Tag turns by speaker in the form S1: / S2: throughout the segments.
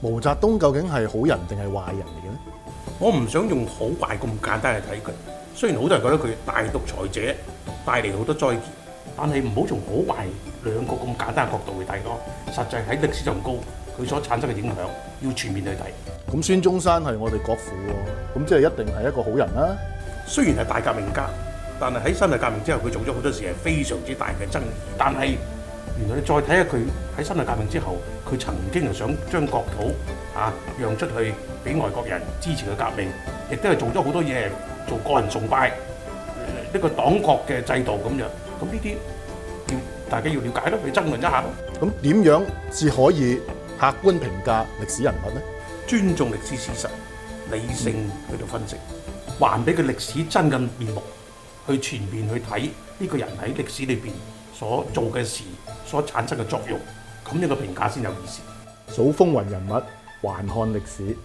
S1: 毛澤東究竟係好人定係壞人嚟嘅咧？
S2: 我唔想用好壞咁簡單去睇佢。雖然好多人覺得佢大獨裁者帶嚟好多災劫，但係唔好從好壞兩個咁簡單嘅角度去睇咯。實際喺歷史上高，佢所產生嘅影響要全面去睇。
S1: 咁孫中山係我哋國父喎，咁即係一定係一個好人啦。
S2: 雖然係大革命家，但係喺辛亥革命之後，佢做咗好多事係非常之大嘅爭議。但係原來你再睇下佢喺辛亥革命之後，佢曾經係想將國土啊讓出去俾外國人支持佢革命，亦都係做咗好多嘢，做個人崇拜，呃呢個黨國嘅制度咁樣。咁呢啲要大家要了解咯，去爭論一下咯。
S1: 咁點樣至可以客觀評價歷史人物呢？
S2: 尊重歷史事實，理性去到分析，還俾佢歷史真嘅面目，去全面去睇呢個人喺歷史裏邊所做嘅事，所產生嘅作用，咁呢個評價先有意思。
S1: 數風雲人物，還看歷史。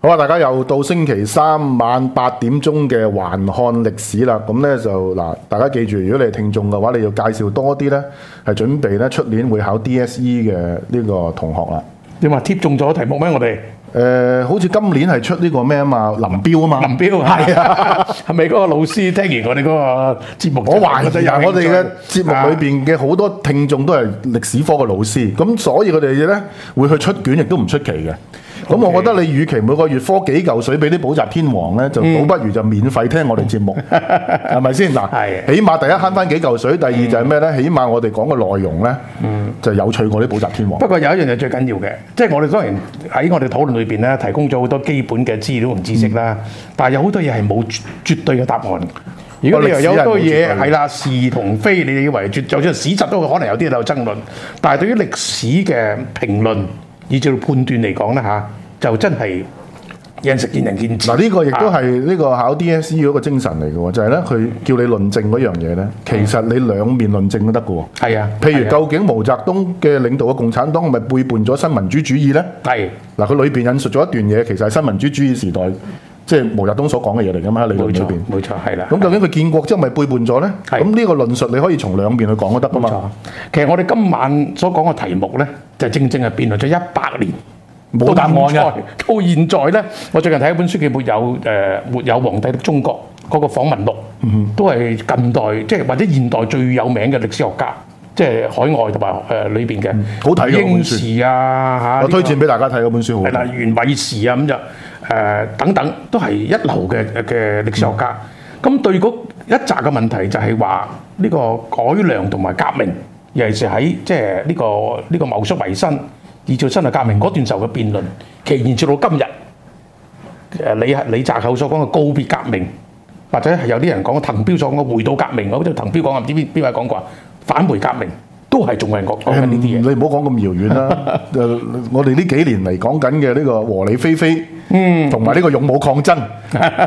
S1: 好啊！大家又到星期三晚八點鐘嘅環看歷史啦。咁呢就嗱，大家記住，如果你係聽眾嘅話，你要介紹多啲呢，係準備呢出年會考 DSE 嘅呢個同學啦。
S2: 你話啊貼中咗題目咩？我 哋
S1: 誒、好似今年係出呢個咩啊嘛，林彪啊嘛。
S2: 林彪係啊，係咪嗰個老師聽完我哋嗰個節目？
S1: 我懷疑啊，我哋嘅節目裏邊嘅好多聽眾都係歷史科嘅老師，咁所以佢哋咧會去出卷，亦都唔出奇嘅。咁我
S2: OK
S1: 覺得你與其每個月科幾嚿水俾啲補習天王咧，就倒不如就免費聽我哋 節目，係咪先？嗱，
S2: 係
S1: 起碼第一慳翻幾嚿水，第二就係咩咧？起碼我哋講嘅內容咧，就有趣過啲補習天王
S2: 不。過有一樣嘢最緊要嘅，即係我哋當然喺我哋討論裏邊咧，提供咗好多基本嘅資料同知識啦。但係有好多嘢係冇絕絕對嘅答案嘅。如果你又有好多
S1: 歷史係冇絕對
S2: 嘢
S1: 嘅
S2: 係啦，是同非，你以為絕，就算係史實都可能有啲有爭論。但係對於歷史嘅評論以至到判斷嚟講咧嚇，就真係見食見仁見智。
S1: 嗱，呢個亦都
S2: 啊
S1: 係呢個考 DSE 嗰個精神嚟嘅喎，就係咧佢叫你論證嗰樣嘢咧，其實你兩面論證都得嘅喎。
S2: 係啊，
S1: 譬如
S2: 係啊
S1: 究竟毛澤東嘅領導嘅共產黨係咪背叛咗新民主主義呢？
S2: 係啊
S1: 嗱，佢裏邊引述咗一段嘢，其實係新民主主義時代，即係毛澤東所講嘅嘢嚟㗎嘛，喺理論
S2: 冇
S1: 裏
S2: 錯
S1: 邊。
S2: 冇錯係啦。
S1: 咁究竟佢建國之後咪背叛咗呢？
S2: 係
S1: 咁呢個論述你可以從兩邊去講都得㗎
S2: 冇錯
S1: 嘛。
S2: 其實我哋今晚所講嘅題目咧，就正正係辯論咗一百年。
S1: 冇答案㗎。。
S2: 到現在咧，我最近睇一本書叫《沒有誒、呃沒有皇帝的中國》嗰、個訪問錄，都係近代即係或者現代最有名嘅歷史學家，即係海外同埋誒呃裏邊嘅。
S1: 嗯好睇嘅嗰本
S2: 英
S1: 書
S2: 時啊嚇，
S1: 我推
S2: 呢個
S1: 薦俾大家睇嗰本書好
S2: 係啦，
S1: 睇。
S2: 袁偉時啊咁就誒、呃等等，都係一流嘅嘅歷史學家。咁、對嗰一紮嘅問題就係話呢個改良同埋革命，尤其是喺即係呢個呢、個戊戌維新，以至辛亥革命嗰段時候嘅辯論，其實延至到今日。誒李李澤厚所講嘅告別革命，或者係有啲人講嘅滕彪所講嘅回到革命，我好似滕彪講啊唔知邊邊位講過啊返回革命，都係仲係講講緊呢啲嘢。
S1: 你唔好講咁遙遠啦。誒我哋呢幾年嚟講緊嘅呢個和理非非，同埋呢個勇武抗爭，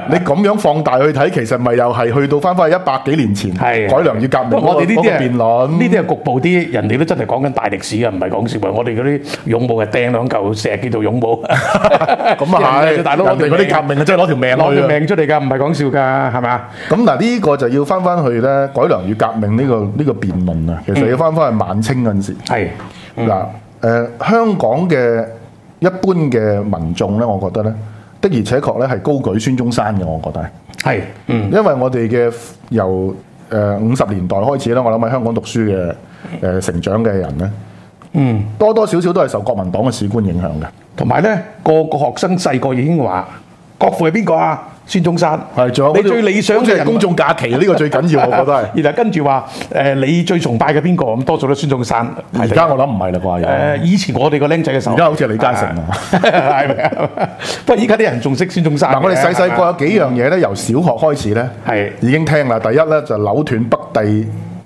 S1: 你咁樣放大去睇，其實咪又係去到翻翻去一百幾年前
S2: 係
S1: 改良與革命
S2: 不過我哋呢
S1: 嗰個
S2: 啲係
S1: 辯論。
S2: 呢啲係局部啲，人哋都真係講緊大歷史嘅，唔係講笑話。我哋嗰啲勇武係掟兩嚿石叫做勇武，
S1: 咁啊係，
S2: 大佬
S1: 人哋嗰啲革命啊，真係攞條命
S2: 攞條
S1: 去啊。
S2: 命出嚟㗎，唔係講笑㗎，係咪啊？
S1: 咁嗱，呢個就要翻翻去咧改良與革命呢、個呢、個辯論啊，其實要翻翻去晚清嗰陣時。
S2: 係
S1: 嗱誒、ờ, 香港嘅一般嘅民眾咧，我覺得咧。的而且確咧係高舉孫中山嘅，我覺得係，
S2: 係嗯
S1: 因為我哋嘅由誒五十年代開始咧，我諗喺香港讀書嘅誒、呃成長嘅人咧，
S2: 嗯，
S1: 多多少少都係受國民黨嘅史觀影響嘅。
S2: 同埋咧個個學生細個已經話國父係邊個啊？孫中山
S1: 係，仲有
S2: 你最理想
S1: 好似
S2: 嘅
S1: 係
S2: 人
S1: 公眾假期呢個最緊要，我覺得 係。
S2: 然後跟住話誒你最崇拜嘅邊個咁，多數都孫中山。
S1: 而家我諗唔係啦 啩，有
S2: 誒以前我哋個僆仔嘅時候，
S1: 而家好似係李嘉誠 啊
S2: 係咪啊？不過依家啲人仲識孫中山嘅。
S1: 嗱，我哋細細啊個有幾樣嘢咧，由小學開始咧，
S2: 係
S1: 已經聽啦。第一咧就扭斷北帝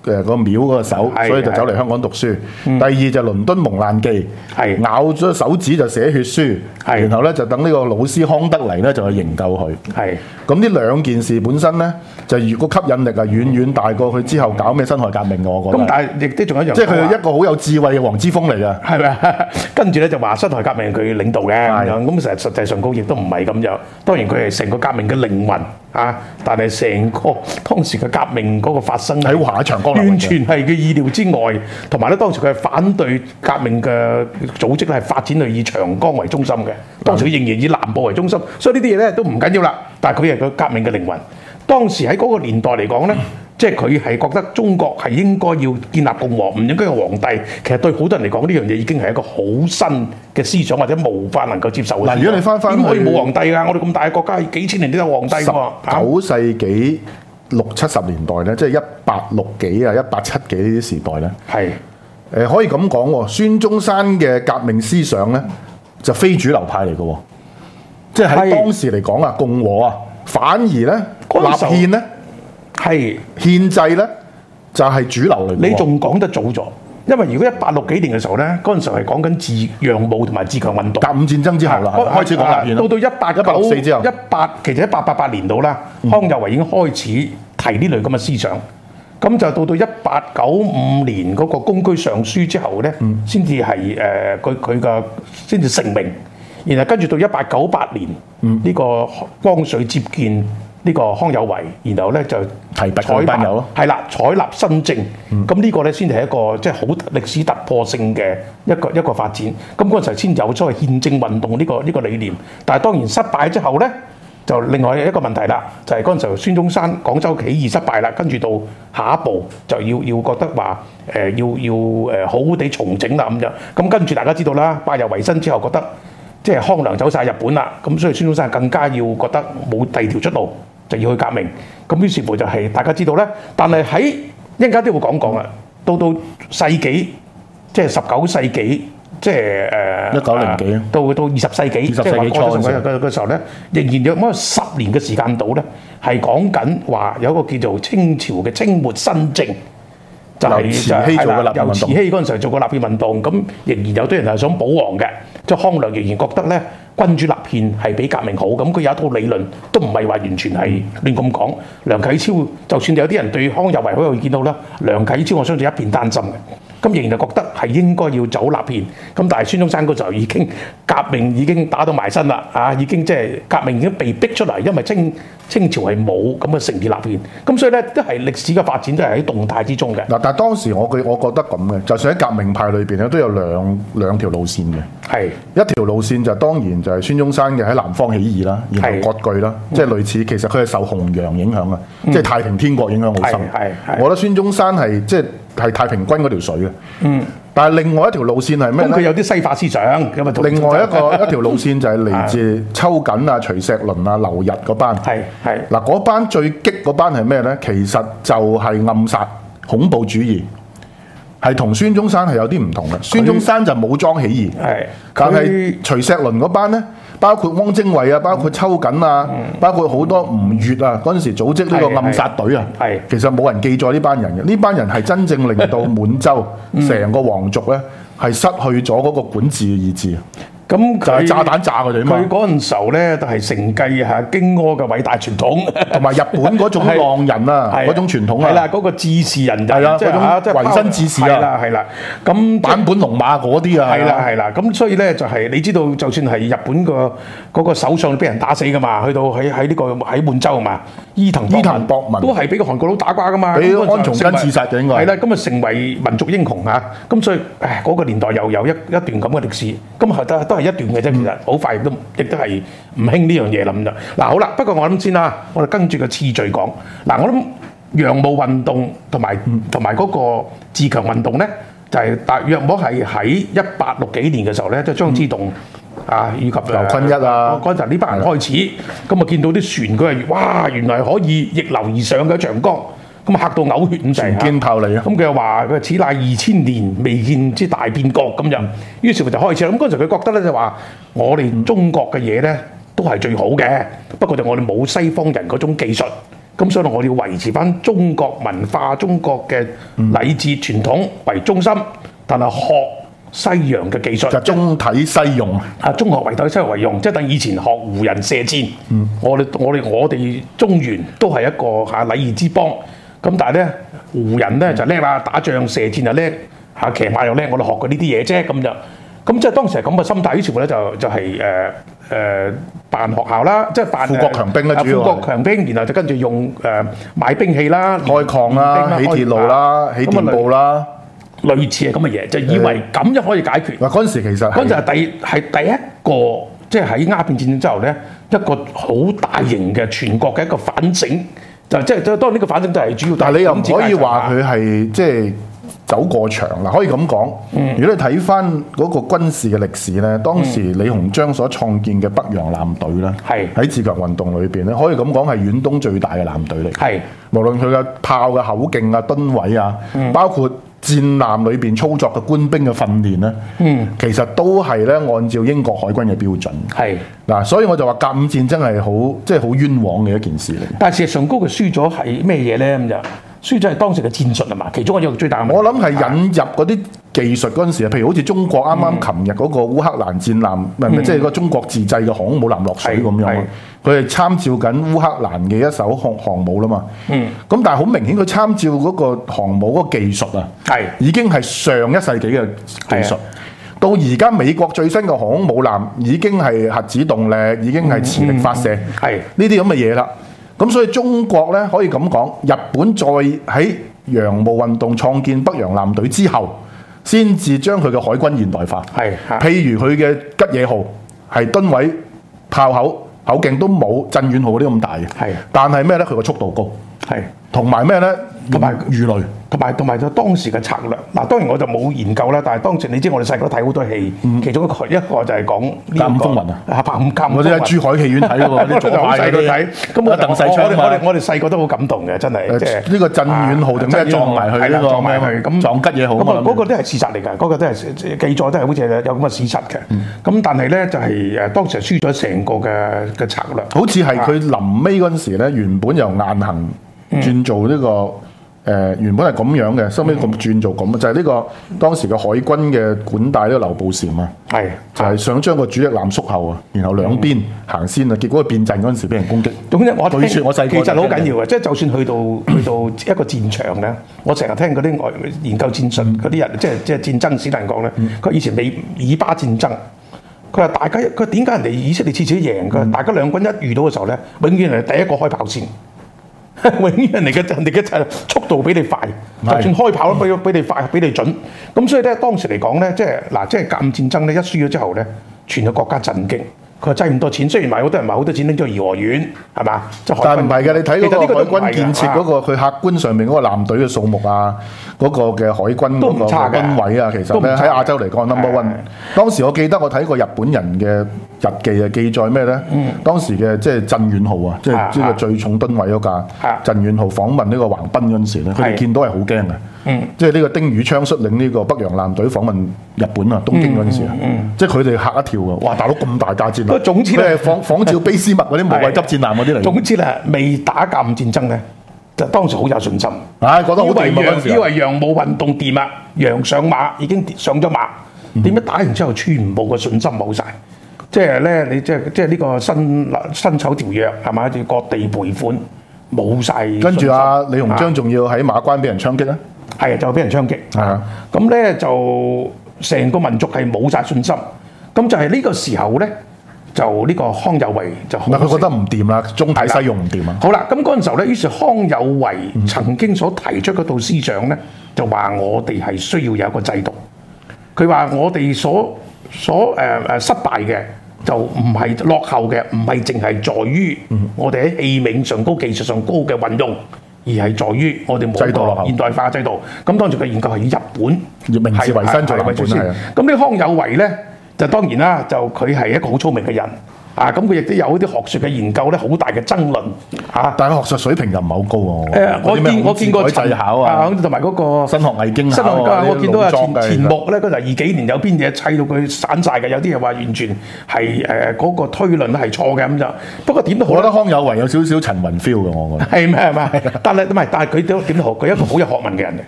S1: 誒個廟嗰個手，
S2: 係
S1: 所以就走嚟香港讀書。第二就倫敦蒙難記，
S2: 係
S1: 咬咗手指就寫血書，
S2: 係
S1: 然後咧就等呢個老師康德嚟咧就去營救佢。
S2: 係
S1: 咁呢兩件事本身咧，就如果吸引力啊，遠遠大過佢之後搞咩辛亥革命嘅，我覺
S2: 咁
S1: 得。
S2: 但係亦都仲有一樣，
S1: 即係佢係一個好有智慧嘅黃之峰嚟嘅。
S2: 係咪 啊？跟住咧就話辛亥革命佢領導嘅咁
S1: 係
S2: 樣，咁實實際上高亦都唔係咁樣。當然佢係成個革命嘅靈魂啊，但係成個當時嘅革命嗰個發生
S1: 喺華長江流域嘅
S2: 完全係佢意料之外，同埋咧當時佢係反對革命嘅組織咧係發展到以長江為中心嘅，
S1: 嗯
S2: 當時佢仍然以南部為中心，所以呢啲嘢咧都唔緊要啦。但係佢係個革命嘅靈魂。當時喺嗰個年代嚟講
S1: 嗯
S2: 咧，即係佢係覺得中國係應該要建立共和，唔應該有皇帝。其實對好多人嚟講，呢樣嘢已經係一個好新嘅思想，或者無法能夠接受嘅思想。
S1: 嗱如果你返返
S2: 點可以
S1: 去
S2: 冇皇帝㗎？我哋咁大嘅國家，幾千年都有皇帝㗎
S1: 十
S2: 喎。啊
S1: 九世紀六七十年代咧，即係一八六幾啊、一八七幾呢啲時代咧。
S2: 係
S1: 誒、呃可以咁講喎，孫中山嘅革命思想咧就非主流派嚟嘅喎，即係
S2: 係
S1: 喺當時嚟講啊，共和啊，反而咧立
S2: 嗰陣時候
S1: 憲咧、
S2: 係。
S1: 憲制咧就係、主流嚟嘅喎。
S2: 你仲講得早咗，因為如果一八六幾年嘅時候咧，嗰陣時候係講緊自讓步同埋自強運動。
S1: 甲午戰爭之後啦，係咪開始講立憲
S2: 啊到
S1: 啦。
S2: 到一八九
S1: 1864之後
S2: 一八其實一八八八年度啦，康有為已經開始提呢類咁嘅思想。咁就到到一八九五年嗰個公居上書之後咧，先至係誒佢佢嘅先至成名，然後跟住到一八九八年呢、個光緒接見呢個康有為，然後咧就
S1: 提拔佢
S2: 採
S1: 班
S2: 納
S1: 友咯
S2: 係啦，採納新政，咁呢個咧先係一個即係好歷史突破性嘅一個一個發展。咁嗰陣時候先有所謂憲政運動呢、個呢、個理念。但係當然失敗之後咧，就另外一個問題啦，就係嗰陣時候孫中山廣州起義失敗啦，跟住到下一步就要要覺得話誒、呃要要誒、呃好好地重整啦咁樣。咁跟住大家知道啦，百日維新之後覺得。即係康梁走晒日本啦，咁所以孫中山更加要覺得冇第二條出路，就要去革命。咁於是乎就係、大家知道咧，但係喺一陣間都會講講啦。到到世紀，即係十九世紀，即係誒
S1: 1909幾啊
S2: 到到二十世紀，
S1: 20世紀
S2: 即係話過咗
S1: 初嗰陣時
S2: 十嘅嘅時候咧，仍然有冇十年嘅時間度咧，係講緊話有一個叫做清朝嘅清末新政。就係
S1: 由慈
S2: 就係
S1: 禧做
S2: 係啦
S1: 嘅立憲運動
S2: 由慈禧嗰陣時候做過立憲運動，咁仍然有啲人係想保皇嘅，即係康梁仍然覺得咧君主立憲係比革命好，咁佢有一套理論都唔係話完全係亂咁講。梁啟超就算有啲人對康有為好有意見到啦，梁啟超我相信一片擔心嘅，咁仍然就覺得係應該要走立憲，咁但係孫中山嗰時候已經革命已經打到埋身啦，啊已經即係革命已經被逼出嚟，因為清清朝係冇咁嘅誠意立憲，咁所以咧都係歷史嘅發展都係喺動態之中嘅。
S1: 嗱，但係當時我佢我覺得咁嘅，就算喺革命派裏邊咧，都有兩兩條路線嘅。
S2: 係
S1: 一條路線就當然就係孫中山嘅喺南方起義啦，然後割據啦，
S2: 嗯
S1: 即係類似其實佢係受洪洋影響啊，即係太平天國影響好深
S2: 係係係。
S1: 我覺得孫中山係即係係太平軍嗰條水嘅。嗯。但係另外一條路線係咩
S2: 咁佢
S1: 咧？
S2: 有啲西化思想咁啊，同
S1: 另外一個一條路線就係 嚟自秋瑾啊、徐錫麟啊、劉日嗰班。
S2: 係係
S1: 嗱，嗰班最激嗰班係咩呢？其實就係暗殺恐怖主義，係同孫中山係有啲唔同嘅。孫中山就武裝起義，
S2: 係
S1: 但係
S2: 佢嗯
S1: 徐錫麟嗰班呢，包括汪精衛啊，包括秋瑾啊，包括好多吳越啊，嗰陣時組織呢個暗殺隊啊
S2: 係係，
S1: 其實冇人記載呢班人嘅。呢班人係真正令 到滿洲
S2: 嗯
S1: 成個皇族呢，係失去咗嗰個管治意志，
S2: 咁
S1: 就係
S2: 佢
S1: 炸彈炸佢哋啊嘛
S2: 佢。嗰陣時候咧，就係承繼下京柯嘅偉大傳統，
S1: 同埋日本嗰種浪人 啊，
S2: 係
S1: 嗰種傳統
S2: 係
S1: 啊
S2: 啦，。嗰個志士人人
S1: 係啦
S2: 即係
S1: 嗰種
S2: 啊即係
S1: 維新志士啊
S2: 係啦係啦，咁
S1: 版本龍馬嗰啲啊，
S2: 係啦，係啦，咁所以咧就係、你知道，就算係日本個嗰個首相俾人打死噶嘛，去到喺喺呢個喺滿洲啊嘛，伊藤
S1: 伊藤博文
S2: 都係俾個韓國佬打瓜噶嘛，
S1: 俾
S2: 咁嗰陣時候
S1: 安重根
S2: 成為
S1: 刺殺嘅應該係
S2: 係啦，咁啊成為民族英雄啊，咁所以唉嗰、個年代又有一一段咁嘅歷史，咁係都都係一段嘅啫，其實好快亦都亦都係唔興呢樣嘢啦咁就嗱好啦，不過我諗先啦，我哋跟住個次序講嗱，我諗洋務運動同埋同埋嗰個自強運動咧。就係大約摸係喺一八六幾年嘅時候咧，即係張之洞啊，以及
S1: 劉坤一啊
S2: 嗰陣呢班人開始，咁啊見到啲船佢係哇，原來可以逆流而上嘅長江，咁啊嚇到嘔血咁滯
S1: 船
S2: 啊
S1: 堅炮利啊。
S2: 咁佢又話佢此乃二千年未見之大變局咁樣，於是乎就開始啦。咁嗰陣時佢覺得咧就話，我哋中國嘅嘢咧都係最好嘅，不過就我哋冇西方人嗰種技術，咁所以我哋要維持翻中國文化、中國嘅禮節傳統為中心，但係學西洋嘅技術
S1: 就。中體西用。
S2: 啊，中學圍隊西學為用，即係等以前學胡人射箭。我哋我哋我哋中原都係一個嚇禮儀之邦。咁但係咧，胡人咧就叻啦，打仗射箭就叻，嚇騎馬又叻。我哋學過呢啲嘢啫，咁就咁即係當時係咁嘅心態。於是乎咧就就係誒誒辦學校啦，即係辦
S1: 富國強兵啦
S2: 啊
S1: 主要
S2: 富
S1: 係
S2: 國強兵，然後就跟住用誒買兵器啦，
S1: 開礦啦，
S2: 練
S1: 起
S2: 兵
S1: 鐵路啦，
S2: 開
S1: 起
S2: 礦咁啊
S1: 電報啦。
S2: 類類似係咁嘅嘢，就以為咁就可以解決。
S1: 嗱嗰陣時其實
S2: 嗰陣就
S1: 係
S2: 係第係第一個，即係喺鴉片戰爭之後咧，一個好大型嘅全國嘅一個反省，就即係即係當然呢個反省都係主要。
S1: 但係你又唔可以
S2: 啊
S1: 話佢係即係走過場啦，可以咁講。如果你睇翻嗰個軍事嘅歷史咧，當時李鴻章所創建嘅北洋艦隊咧，
S2: 係
S1: 喺自強運動裏邊咧，可以咁講係遠東最大嘅艦隊嚟。
S2: 係
S1: 無論佢嘅炮嘅口徑啊、噸位啊，包括戰艦裏邊操作嘅官兵嘅訓練咧，其實都係咧按照英國海軍嘅標準。
S2: 係，
S1: 嗱，所以我就話甲午戰爭係好即係好冤枉嘅一件事嚟。
S2: 但係事實上高佢輸咗係咩嘢咧？咁就輸咗係當時嘅戰術啊嘛，其中一個最大嘅問題
S1: 我諗係引入嗰啲技術嗰陣時，譬如好似中國
S2: 嗯
S1: 啱啱琴日嗰個烏克蘭戰艦，唔係唔係即係個中國自製嘅航空母艦落水咁樣
S2: 係
S1: 啊佢係參照緊烏克蘭嘅一艘航航母啦嘛。
S2: 嗯
S1: 咁但係好明顯，佢參照嗰個航母嗰個技術啊，
S2: 係
S1: 已經係上一世紀嘅技
S2: 係
S1: 術
S2: 啊。
S1: 到而家美國最新嘅航空母艦已經係核子動力，已
S2: 嗯
S1: 經係磁力發射。
S2: 係
S1: 呢啲咁嘅嘢啦。咁所以中國呢，可以咁講，日本再喺洋務運動創建北洋艦隊之後，先至將佢嘅海軍現代化。
S2: 係嚇
S1: 譬如佢嘅吉野號係噸位炮口口徑都冇鎮遠號嗰啲咁大嘅，
S2: 係
S1: 但係咩呢？佢個速度高，
S2: 係。
S1: 同埋咩呢？
S2: 同埋
S1: 魚類。
S2: 同埋同埋就當時嘅策略，嗱當然我就冇研究啦，但係當時你知我哋細個都睇好多戲，其中一個一個就係講呢個
S1: 甲午嗯風雲啊
S2: 啊白五甲午
S1: 我哋
S2: 風
S1: 喺
S2: 雲
S1: 珠 海戲院睇嗰個啲左
S2: 啊我
S1: 派
S2: 細
S1: 嗰
S2: 個
S1: 啲
S2: 睇，咁我
S1: 阿鄧世昌
S2: 我哋
S1: 嘛
S2: 我哋我哋細個都好感動嘅，真係
S1: 誒
S2: 即係
S1: 呢個鎮遠號定咩
S2: 啊鎮遠
S1: 撞埋去
S2: 係啦
S1: 呢個
S2: 撞埋
S1: 咩
S2: 去咁
S1: 撞吉嘢號
S2: 咁
S1: 我
S2: 啊
S1: 諗
S2: 嗰個都係事實嚟㗎，嗰個都係記載都係好似有咁嘅事實嘅。咁但係咧就係誒當時係輸咗成個嘅嘅策略，
S1: 好似係佢臨尾嗰陣時咧，原本由硬行轉做呢、個呃原本係咁樣嘅，收尾咁轉做咁，啊就係、呢個當時嘅海軍嘅管帶呢個劉步蟾啊，
S2: 係
S1: 就係、想將個主力艦縮後啊，然後兩邊行先啊，結果佢變陣嗰陣時俾人攻擊。
S2: 總之我
S1: 據說我細個
S2: 其實
S1: 就
S2: 好
S1: 聽
S2: 緊要嘅，即係就算去到 去到一個戰場咧，我成日聽嗰啲外研究戰
S1: 嗯
S2: 術嗰啲人，即係即係戰爭史人講咧，佢以前美以巴戰爭。佢話大家佢話點解人哋以色列次次都贏？
S1: 嗯
S2: 佢話大家兩軍一遇到嘅時候咧，永遠係第一個開炮先， 永遠人哋嘅人哋嘅速度比你快，就
S1: 係
S2: 算開炮都比比你快，比你準。咁所以咧，當時嚟講咧，即係嗱，即係甲午戰爭咧，一輸咗之後咧，全個國家震驚。佢話擠咁多錢，雖然買好多人買好多錢拎咗去頤和園，係嘛？即係海軍
S1: 但唔係嘅，你睇
S2: 其實呢
S1: 嗰
S2: 個
S1: 個
S2: 都唔
S1: 海
S2: 係㗎
S1: 軍建設嗰、
S2: 啊
S1: 個佢客觀上面嗰個艦隊嘅數目啊，嗰、個嘅海軍
S2: 都
S1: 嗰
S2: 唔
S1: 個
S2: 差㗎
S1: 軍位啊，其
S2: 都
S1: 實
S2: 唔
S1: 咧
S2: 差
S1: 喺亞洲嚟講 number one
S2: 係。
S1: 當時我記得我睇過日本人嘅日記啊，記載咩咧？當時嘅即係鎮遠號啊，即
S2: 嗯啊
S1: 係呢
S2: 啊
S1: 個最重噸位嗰
S2: 啊
S1: 架鎮遠號訪問呢個橫濱嗰陣時咧，佢
S2: 係嗯
S1: 哋見到係好驚嘅。即係呢個丁汝昌率領呢個北洋艦隊訪問日本啊，東京嗰陣時啊，
S2: 嗯
S1: 即係佢哋嚇一跳啊！哇，大佬咁大架戰
S2: 不過
S1: 艦，
S2: 總之呢
S1: 佢係仿仿 照卑斯麥嗰啲無畏級戰艦嗰啲嚟嘅。
S2: 總之咧，未打甲午戰爭咧，就當時好有信心。
S1: 唉，覺得好
S2: 以為
S1: 掂啊！嗰陣
S2: 洋
S1: 時
S2: 以為洋務運動掂啊，洋上馬已經上咗馬，
S1: 嗯
S2: 點解打完之後全部個信心冇晒？即係咧，你即係即係呢個新新丑條約係嘛？要各地賠款冇晒。
S1: 跟住啊，李鴻章仲要喺馬關俾人槍擊啦。
S2: 係啊，就俾人槍擊
S1: 啊。
S2: 咁咧就成個民族係冇晒信心。咁就係呢個時候咧，就呢個康有為就好
S1: 嗱，佢覺得唔掂啦，中體西用唔掂啊。
S2: 好啦，咁嗰陣時候咧，於是康有為曾經所提出嗰套思想咧，就話我哋係需要有一個制度。佢話我哋所所誒誒、呃失敗嘅就唔係落後嘅，唔係淨係在於
S1: 嗯
S2: 我哋喺器皿上高、技術上高嘅運用，而係在於我哋冇
S1: 制度落
S2: 一個
S1: 後
S2: 現代化制度。咁當時佢研究係啊以日本
S1: 以明治維新做藍本
S2: 係係係
S1: 啊係啊
S2: 咁呢康有為咧，就當然啦，就佢係一個好聰明嘅人，啊，咁佢亦都有啲學術嘅研究咧，好大嘅爭論啊。
S1: 但係學術水平又唔係好高啊喎。
S2: 誒、我
S1: 嗰啲咩
S2: 見我
S1: 孔子
S2: 見過
S1: 改制考啊，，
S2: 同埋嗰個
S1: 新學偽經
S2: 新浪
S1: 考啊，
S2: 家，我見到啊
S1: 啲老
S2: 前
S1: 作嘅
S2: 前目咧，嗰就二幾年有邊嘢砌到佢散晒嘅，有啲嘢話完全係誒嗰個推論係錯嘅咁就。不過點都好
S1: 我覺
S2: 啦
S1: 得。康有為有少少陳雲 feel 嘅，我覺得。
S2: 係咩係咪？但係唔係？但係佢點點都好，佢一個好有學問嘅人嚟。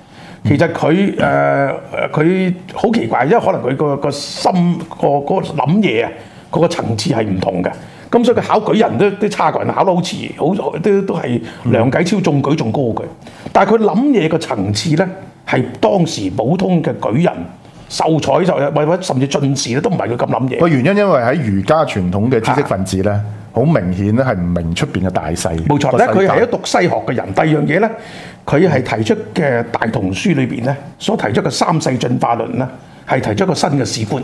S2: 其實佢誒誒佢好奇怪，因為可能佢個個心個個諗嘢啊，嗰個層次係唔同嘅。咁所以佢考舉人都都差過人，考得好似好都都係梁啟超中舉仲高過佢。但係佢諗嘢個層次咧，係當時普通嘅舉人、秀才就或者甚至進士咧，都唔係佢咁諗嘢
S1: 個。原因因為喺儒家傳統嘅知識分子咧，好明顯咧係唔明出邊嘅大勢。
S2: 啊冇錯
S1: 個
S2: 咧，
S1: 世界
S2: 佢係一讀西學嘅人。第二樣嘢咧，佢係提出嘅《大同書》裏邊咧，所提出嘅三世進化論咧，係提出一個新嘅史觀，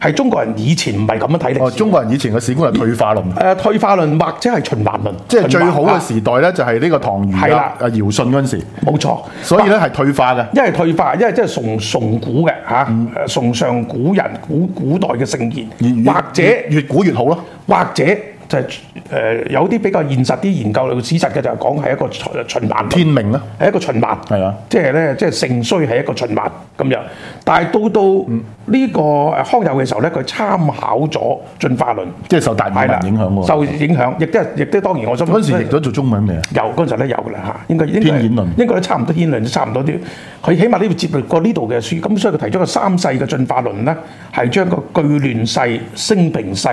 S2: 係中國人以前唔係咁樣睇歷
S1: 哦，
S2: 史。
S1: 中國人以前嘅史觀係退化 論，
S2: 誒退化論或者係循環論，
S1: 即係最好嘅
S2: 事。
S1: 時代咧就係呢個唐
S2: 係
S1: 儒
S2: 啦
S1: 啊、啊堯舜嗰陣時，
S2: 冇錯，
S1: 所以咧係退化嘅。
S2: 一係退化，一係即係崇崇古嘅嚇，
S1: 嗯
S2: 誒崇尚古人古古代嘅聖賢，
S1: 而
S2: 或者
S1: 越越古越好咯。
S2: 或者就係誒有啲比較現實啲研究史實嘅就係講係一個循循環論
S1: 天命啦，
S2: 係一個循環，
S1: 係啊
S2: 即係咧，即係盛衰係一個循環咁樣。但係到到呢個誒康有嘅時候咧，佢參考咗進化論，
S1: 即係受達爾文影響喎。
S2: 受影響，亦都係亦都當然我想
S1: 嗰陣時譯咗做中文未啊？
S2: 有嗰陣時咧有㗎啦嚇，應該應該
S1: 偏演論
S2: 應該都差唔多演論，差唔多啲。佢起碼都要接觸過呢度嘅書，咁所以佢提出個三世嘅進化論咧，係將個巨亂世、升平世，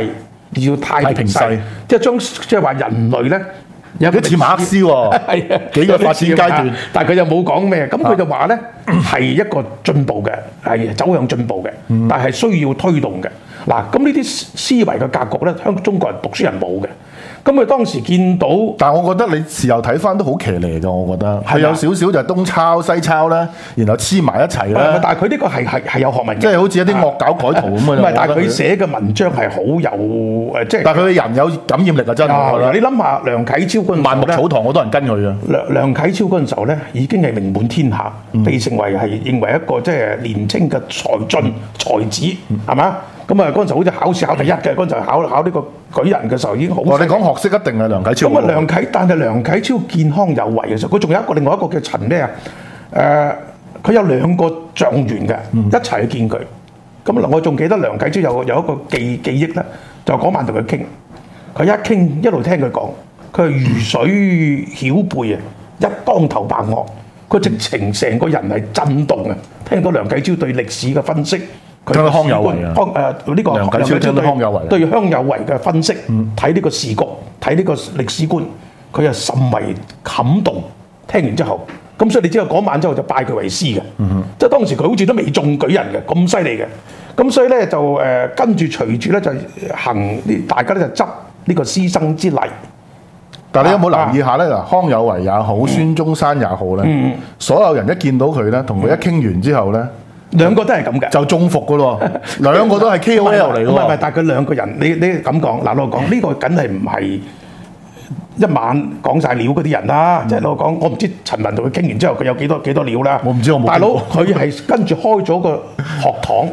S2: 要太平世
S1: 太平世，
S2: 即係將即係話人類咧有
S1: 有啲似馬克思喎，
S2: 係啊，
S1: 幾個發展階段啊
S2: 有啲似啊， 但係佢就冇講咩，咁佢就話咧係一個進步嘅，係走向進步嘅，
S1: 嗯
S2: 但係需要推動嘅。嗱，咁呢啲思思維嘅格局咧，香中國人讀書人冇嘅。咁佢當時見到
S1: 但我覺得你事後睇翻都好騎呢㗎，我覺得
S2: 啊
S1: 佢有少少就係東抄西抄啦，然後黐埋一齊
S2: 唔係
S1: 啦，
S2: 但係佢呢個係係係有學問嘅，
S1: 啊
S2: 啊
S1: 即係好似一啲惡搞改圖咁
S2: 唔
S1: 嘅啫。
S2: 係，但係
S1: 我覺
S2: 佢
S1: 得
S2: 寫嘅文章係好有呃誒，即係
S1: 但係佢嘅人有感染力啊，真係我覺
S2: 啊
S1: 得
S2: 你諗下梁啟超嗰陣時候
S1: 萬木
S2: 咧
S1: 草堂好多人跟佢啊。
S2: 梁梁啟超嗰陣時候咧，已經係名滿天下，被成為係認為一個即係年青嘅才俊才子，係嘛？咁啊，嗰陣時好似考試考第一嘅，嗰陣時候考考呢個舉人嘅時候已經好。
S1: 我哋講學識一定係梁啟超
S2: 咁啊，
S1: 喎。
S2: 梁啟，但係梁啟超健康有為嘅時候，佢仲有一個另外一個叫陳咩啊？誒、佢有兩個狀元嘅，
S1: 嗯
S2: 一齊去見佢。咁啊嗱，我仲記得梁啟超有有一個記記憶咧，就嗰晚同佢傾，佢一傾一路聽佢講，佢係如水曉背啊，一當頭棒喝，佢直情成個人係震動啊！聽到梁啟超對歷史嘅分析，佢
S1: 聽到康有為啊
S2: 康誒呢個
S1: 梁啟超聽到康有為啊嗯
S2: 對對香有為嘅分析，睇呢個時局，睇呢個歷史觀，佢係甚為感動。聽完之後，咁所以你知道嗰晚之後就拜佢為師嘅，
S1: 嗯
S2: 即係當時佢好似都未中舉人嘅，咁犀利嘅。咁所以咧就誒、呃跟住隨住咧就行呢，大家咧就執呢個師生之禮。
S1: 但
S2: 啊
S1: 你有冇留意下咧？嗱，康有為也好，
S2: 嗯
S1: 孫中山也好咧，所有人一見到佢咧，同
S2: 嗯
S1: 佢一傾完之後咧，
S2: 兩個都係咁嘅，
S1: 就中伏㗎咯。兩個都係 K O L 嚟㗎
S2: 唔係唔
S1: 喎
S2: 係，。但係佢兩個人，你你咁講，嗱，老實講呢、個梗係唔係一晚講晒料嗰啲人啦，
S1: 嗯
S2: 即係老實講，我唔知陳文同佢傾完之後，佢有幾多幾多料啦。
S1: 我唔知我冇
S2: 大佬
S1: 傾過
S2: 佢係跟住開咗個學堂。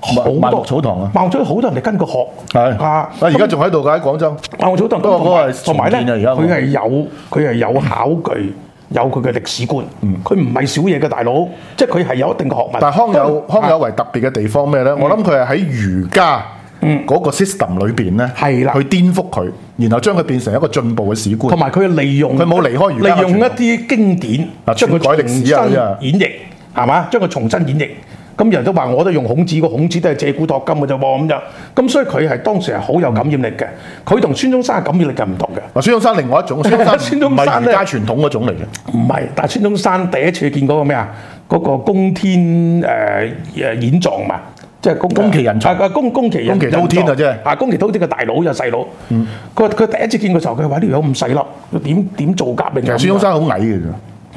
S2: 好多
S1: 萬木草堂啊
S2: 萬木草堂好多人嚟跟佢學，
S1: 係
S2: 啊
S1: 啊，而家仲喺度㗎喺廣州。
S2: 萬木草堂
S1: 不過嗰
S2: 同埋
S1: 個係
S2: 同埋咧，
S1: 重建啊而
S2: 佢
S1: 家
S2: 係有佢係有考據，有佢嘅歷史觀，佢唔係少嘢嘅大佬，即係佢係有一定嘅學問。
S1: 嗯但係康有
S2: 當
S1: 康有為特別嘅地方咩咧？我諗佢係喺儒家嗰個 system 裏邊咧，
S2: 嗯係啦
S1: 去顛覆佢，然後將佢變成一個進步嘅史觀
S2: 同。埋佢利用
S1: 佢冇離開儒家
S2: 利用一
S1: 嘅傳統
S2: 啲經典，
S1: 啊
S2: 將佢
S1: 篡改歷史啊
S2: 重
S1: 真係
S2: 新演繹，係嘛？將佢重新演繹。咁人都話我都用孔子，個孔子都係借古托今嘅啫喎咁樣。咁所以佢係當時係好有感染力嘅，佢同孫中山嘅感染力係唔同嘅。
S1: 嗱，孫中山另外 一種，孫中
S2: 孫
S1: 山
S2: 中
S1: 唔
S2: 山
S1: 係
S2: 咧
S1: 儒家傳統嗰種嚟嘅。
S2: 唔係，但係孫中山第一次見嗰個咩啊？嗰、個公天誒誒、演狀嘛，即係公
S1: 宮崎人狀
S2: 啊啊宮宮崎人
S1: 宮崎滔天啊
S2: 人狀
S1: 即係嗯
S2: 啊宮崎滔天嘅大佬就細佬。佢話佢第一次見嘅時候，佢話呢條友咁細粒，佢點點做革命
S1: 其
S2: 啊？
S1: 實孫中山好矮嘅啫，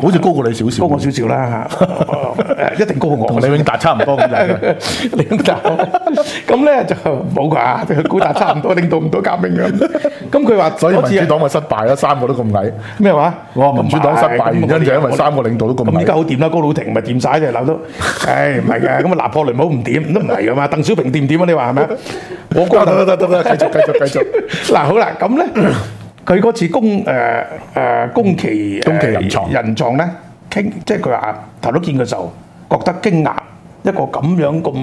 S1: 好似高過你少少。哦
S2: 高我少少 啦嚇，一定高過我。
S1: 同李永達差唔多咁滯 嘅。
S2: 領導，咁咧就冇啩，高達差唔多，領導唔到革命咁。咁佢話，
S1: 所以
S2: 嗰次
S1: 民
S2: 啊
S1: 主黨咪失敗啦，三個都咁矮。
S2: 咩話？啊
S1: 我話民主黨失敗原因就因為三個領導都咁
S2: 咁
S1: 矮
S2: 依家。好掂啦，高老庭咪掂晒啫， 鬧到，唉唔係嘅，咁啊拿破崙冇唔掂，都唔係噶嘛，鄧小平掂唔掂啊？你話係咪？我覺
S1: 得得得得，繼續繼續 繼續。
S2: 嗱好啦， 咁咧佢嗰次攻誒誒攻其
S1: 攻其人藏
S2: 誒人藏咧，傾即係佢話頭都見嘅時候，覺得驚訝，一個咁樣咁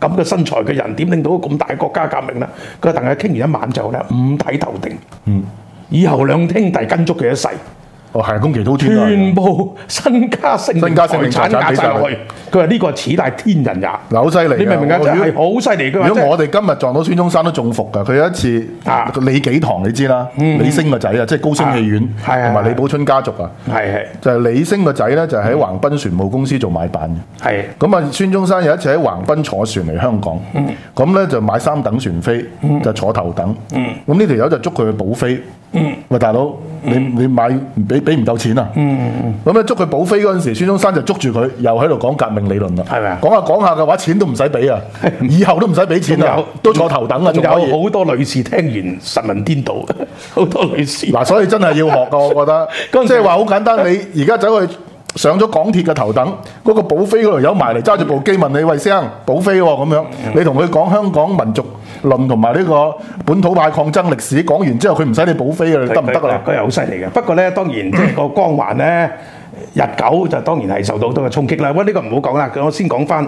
S2: 咁嘅身材嘅人點令到咁大國家革命咧？佢但係傾完一晚之後咧，五體投地，嗯，以後兩兄弟跟足佢一世。
S1: 哦，係宮崎都天啦。
S2: 全部身家性命
S1: 身家性命
S2: 財
S1: 財產
S2: 產壓
S1: 俾
S2: 晒
S1: 晒
S2: 落去
S1: 佢。
S2: 佢話呢個此乃天人也。
S1: 嗱，好犀利㗎。
S2: 你明唔明啊？
S1: 我
S2: 就係
S1: 如果
S2: 好犀利㗎嘛。
S1: 如
S2: 即
S1: 果
S2: 係
S1: 我哋今日撞到孫中山都中伏㗎，佢有一次
S2: 啊嗯
S1: 李幾堂你知啦，李升個仔啊，即係高升戲院
S2: 啊係啊
S1: 同埋李寶春家族啊，
S2: 係係
S1: 就係李升個仔咧就喺橫濱船務公司做買辦嘅。
S2: 係
S1: 咁啊，孫中山有一次喺橫濱坐船嚟香港，
S2: 嗯
S1: 咁咧、就買三等船飛，就坐頭等。
S2: 嗯
S1: 咁呢條友就捉佢去補飛。喂，大佬，你
S2: 嗯
S1: 你買俾俾唔夠錢啊？咁咧捉佢補飛嗰陣時，孫中山就捉住佢，又喺度講革命理論啦。
S2: 係咪啊
S1: 講下講下嘅話，錢都唔使俾啊，以後都唔使俾錢
S2: 仲
S1: 啊
S2: 有，
S1: 都坐頭等啊，仲
S2: 仲
S1: 可以。
S2: 有好多女士聽完神魂顛 倒，好多女士
S1: 嗱，所以真係要學噶，我覺得
S2: 嗰陣時
S1: 即係話好簡單。你而家走去上咗港鐵嘅頭等，嗰、個保飛嗰度有埋嚟揸住部機問你喂先生保飛喎、咁樣，
S2: 嗯
S1: 你同佢講香港民族論同埋呢個本土派抗爭歷史，講完之後佢唔使你保飛啊，你得唔得啊？
S2: 佢佢佢係好犀利嘅。不過咧，當然即係個光環咧，日久就當然係受到好多嘅衝擊啦。喂，呢個唔好講啦，我先講翻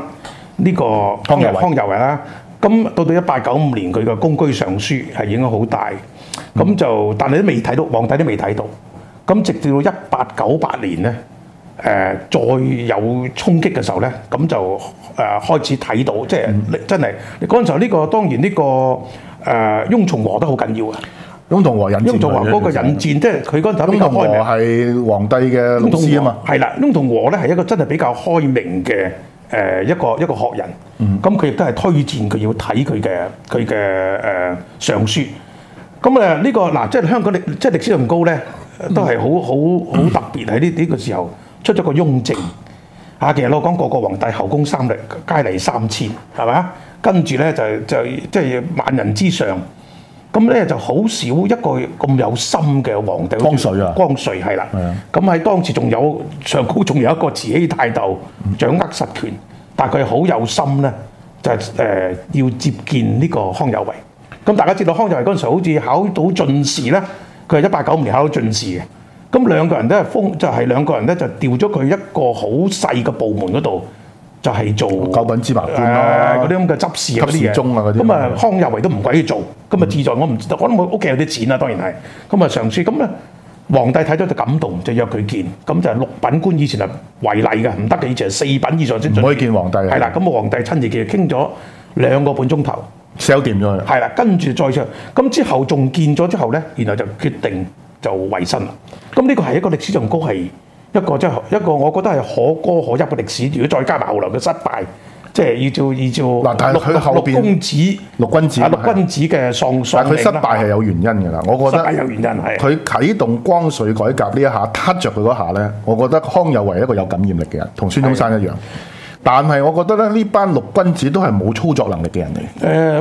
S2: 呢個
S1: 康有為
S2: 康有為啦。咁到到一八九五年，佢嘅公居上書係影響好大。咁就但係都未睇到，皇帝都未睇到。咁直至到一八九八年咧。誒、再有衝擊嘅時候咧，咁就誒、開始睇到，即係、你真係你嗰陣時候呢、個當然呢、個誒、翁從和都好緊要啊。
S1: 翁同和引
S2: 翁
S1: 戰
S2: 同和嗰個
S1: 嚟嘅
S2: 引戰，即係佢嗰陣時比較
S1: 翁同和
S2: 開明。
S1: 係皇帝嘅老師啊嘛，
S2: 係啦，翁同和咧係一個真係比較開明嘅誒、呃一個一個學人。
S1: 嗯
S2: 咁佢亦都係推薦佢要睇佢嘅佢嘅誒上書。咁誒呢個嗱，即係香港歷即係歷史上高咧，都係好好好特別喺呢呢個時候出咗個雍正。啊，其實我講個個皇帝後宮三力，佳麗三千，係咪啊？跟住咧就就即係萬人之上。咁咧就好少一個咁有心嘅皇帝，
S1: 光緒啊
S2: 光緒係啦
S1: 係啊。
S2: 咁喺當時仲有上高仲有一個慈禧太后
S1: 嗯
S2: 掌握實權，但係佢好有心咧，就係、呃要接見呢個康有為。咁大家知道康有為嗰陣時好似考到進士咧，佢係一八九五年考到進士嘅。咁兩個人都係封，就係、兩個人咧就調咗佢一個好細嘅部門嗰度，就係、做
S1: 九品芝麻
S2: 誒
S1: 官啦
S2: 嗰。啲咁嘅執事啊嗰
S1: 執事
S2: 啲嘢，
S1: 中啊嗰啲
S2: 咁啊康有為都唔鬼去做，
S1: 嗯
S2: 咁啊志在我唔知道，我諗我屋企有啲錢啦，當然係，咁啊上書咁咧。皇帝睇咗就感動，就約佢見，咁就六品官以前係違例嘅，唔得嘅，以前係四品以上先準
S1: 唔可以見皇帝啊
S2: 係啦，咁啊皇帝親自見，傾咗兩個半鐘頭，
S1: sell 掂咗佢。
S2: 係啦，跟住再上，咁之後仲見咗之後咧，然後就決定就維新啦。咁呢個係一個歷史上高係一個即係一個我覺得係可歌可泣嘅歷史。如果再加埋後來嘅失敗，即係依照依照
S1: 嗱但係佢
S2: 六
S1: 後邊
S2: 六公子
S1: 六君子
S2: 啊六君子嘅喪喪
S1: 但佢
S2: 命
S1: 失
S2: 啦啊
S1: 敗係有原因㗎啦，我覺
S2: 失
S1: 得
S2: 敗。有原因係
S1: 佢啟動光緒改革呢一下，撻着佢嗰下呢，我覺得康有為一個有感染力嘅人，同孫中山一樣。但係我覺得咧，呢班六君子都係冇操作能力嘅人嚟。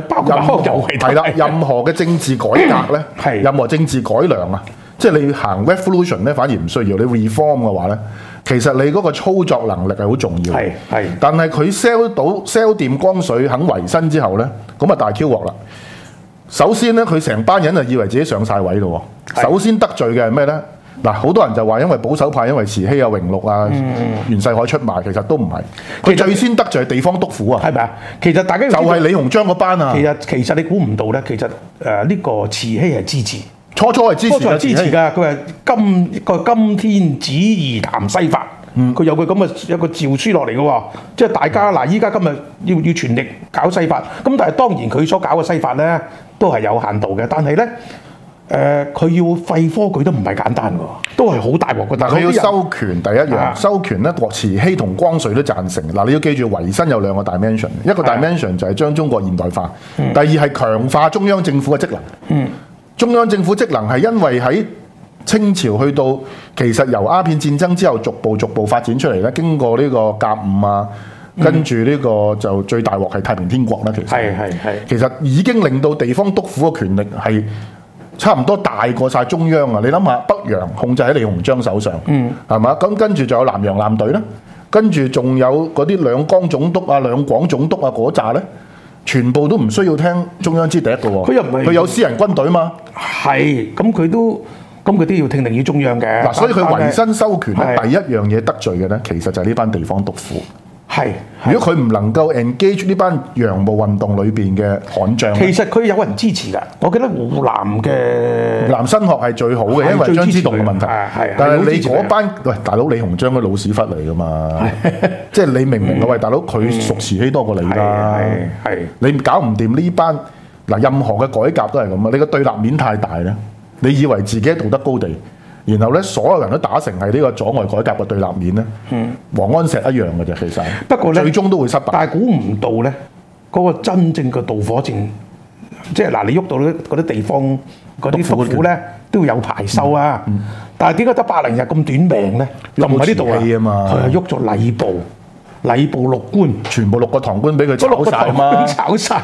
S2: 誒，包括
S1: 任何
S2: 康有為都
S1: 係啦，任何嘅政治改革呢，
S2: 係
S1: 任何政治改良啊，即係你行 revolution 呢，反而唔需要。你 reform 嘅話呢，其實你嗰個操作能力係好重要嘅。
S2: 係係
S1: 但係佢 sell 到 sell 掂光緒肯維新之後呢，咁啊大 Q 鑊啦。首先呢，佢成班人就以為自己上晒位咯喎。
S2: 係
S1: 首先得罪嘅係咩呢？嗱，好多人就話因為保守派，因為慈禧啊、榮祿啊、袁世凱出賣，其實都唔係。
S2: 嗯其實
S1: 佢最先得罪係地方督府啊，
S2: 係咪啊？其實大家要
S1: 就
S2: 知道
S1: 係李鴻章嗰班啊。
S2: 其實其實你估唔到咧，其實誒呢個慈禧係支持。
S1: 初初係支持
S2: 初才
S1: 嘅，
S2: 支持㗎，佢係今個今天子而談西法，
S1: 嗯
S2: 佢、有佢咁嘅有個詔書落嚟嘅喎，即係大家嗱，依家今日要要全力搞西法，咁但係當然佢所搞嘅西法咧都係有限度嘅，但係咧誒佢要廢科舉都唔係簡單㗎喎，都係好大鑊嘅，但
S1: 嗱，佢要
S2: 收
S1: 收權第一
S2: 啊
S1: 樣，收權咧，郭慈禧同光緒都贊成。嗱，你要記住，維新有兩個 dimension，一個
S2: 啊
S1: dimension 就係將中國現代化，
S2: 嗯
S1: 第二係強化中央政府嘅職能。中央政府職能係因為喺清朝去到其實由鴉片戰爭之後逐步逐步發展出嚟咧，經過呢個甲午啊，跟住呢個就最大鑊係太平天國啦，其實
S2: 嗯係係係
S1: 其實已經令到地方督府嘅權力係差唔多大過晒中央啊！你諗下，北洋控制喺李鴻章手上，
S2: 嗯
S1: 係嘛、咁跟住仲有南洋艦隊啦，跟住仲有嗰啲兩江總督啊、兩廣總督啊嗰扎咧，全部都唔需要聽中央之笛嘅喎。
S2: 佢又唔係
S1: 佢有私人軍隊嘛，
S2: 係咁佢都咁佢都要聽令於中央嘅。
S1: 嗱，所以佢維新收權咧，
S2: 係
S1: 第一樣嘢得罪嘅咧，其實就係呢班地方督府。
S2: 係係
S1: 如果佢唔能夠 engage 呢班洋務運動裏邊嘅悍將呢。
S2: 其實佢有人支持㗎。我記得湖南 嘅
S1: 南新學係最好嘅，
S2: 係
S1: 因為張之洞嘅問
S2: 最支持
S1: 題
S2: 佢啊係係。
S1: 但
S2: 好
S1: 係
S2: 支
S1: 你
S2: 持佢啊
S1: 嗰班喂大佬李鴻章嘅老屎忽嚟噶嘛？ 即係你明唔明啊？喂大佬佢熟時希多過你
S2: 係
S1: 啦，
S2: 嗯係係
S1: 你搞唔掂呢班嗱，任何嘅改革都係咁啊！你個對立面太大咧，你以為自己喺道德高地，然後咧所有人都打成係呢個阻礙改革嘅對立面咧，王安石一樣嘅啫，其實
S2: 嗯不過呢
S1: 最終都會失敗。
S2: 但係估唔到咧，嗰、個真正嘅導火線，即係嗱，你喐到呢嗰啲地方嗰啲
S1: 督
S2: 服
S1: 府嗰嗯
S2: 府咧，都要有排收啊。但係點解得百零日咁短命咧？就
S1: 喐
S2: 唔喺呢
S1: 到慈禧啊
S2: 度
S1: 嘛
S2: 佢係喐咗禮部，禮部六官。
S1: 全部六個堂官俾佢
S2: 嗰六
S1: 炒
S2: 個
S1: 晒啊
S2: 頭
S1: 嘛
S2: 官！炒晒，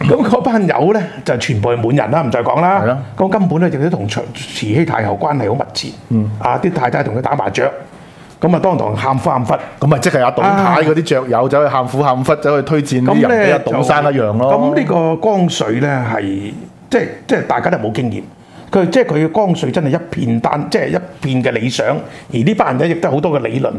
S2: 咁嗰班友咧就全部係滿人啦，唔再講
S1: 係
S2: 啦
S1: 啦。
S2: 咁根本咧亦都同慈禧太后關係好密切。
S1: 嗯
S2: 啊，啲太太同佢打麻雀，咁啊當堂喊苦喊忽。
S1: 咁咪即係阿董太嗰啲雀友走去喊苦喊忽，走去推薦
S2: 咁
S1: 啲人俾
S2: 咧
S1: 阿董生一樣咯。
S2: 咁呢個江水咧係即係即係大家都冇經驗，佢即係佢嘅江水真係一片單，即係一片嘅理想，而呢班人咧亦都好多嘅理論，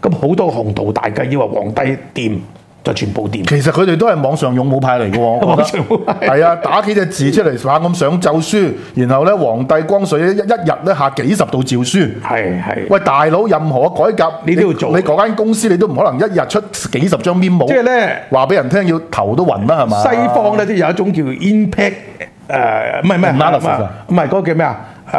S2: 咁好多宏圖大計，以為皇帝掂就全部掂。
S1: 其實佢哋都係網上勇武派嚟嘅喎，我
S2: 網
S1: 覺
S2: 上
S1: 得
S2: 勇武派
S1: 係啊，打幾隻字出嚟猛咁上奏書，然後咧皇帝光緒一一日咧下幾十道詔書。
S2: 係係。
S1: 喂，大佬，任何改革
S2: 你都要做
S1: 你嗰間公司你都唔可能一日出幾十張 memo，
S2: 即係咧
S1: 話俾人聽要頭都暈啦，係嘛？
S2: 西方咧，即係有一種叫 impact 誒，唔係唔係
S1: Analysis
S2: 唔係
S1: 啊
S2: 唔係嗰個叫咩啊？誒誒、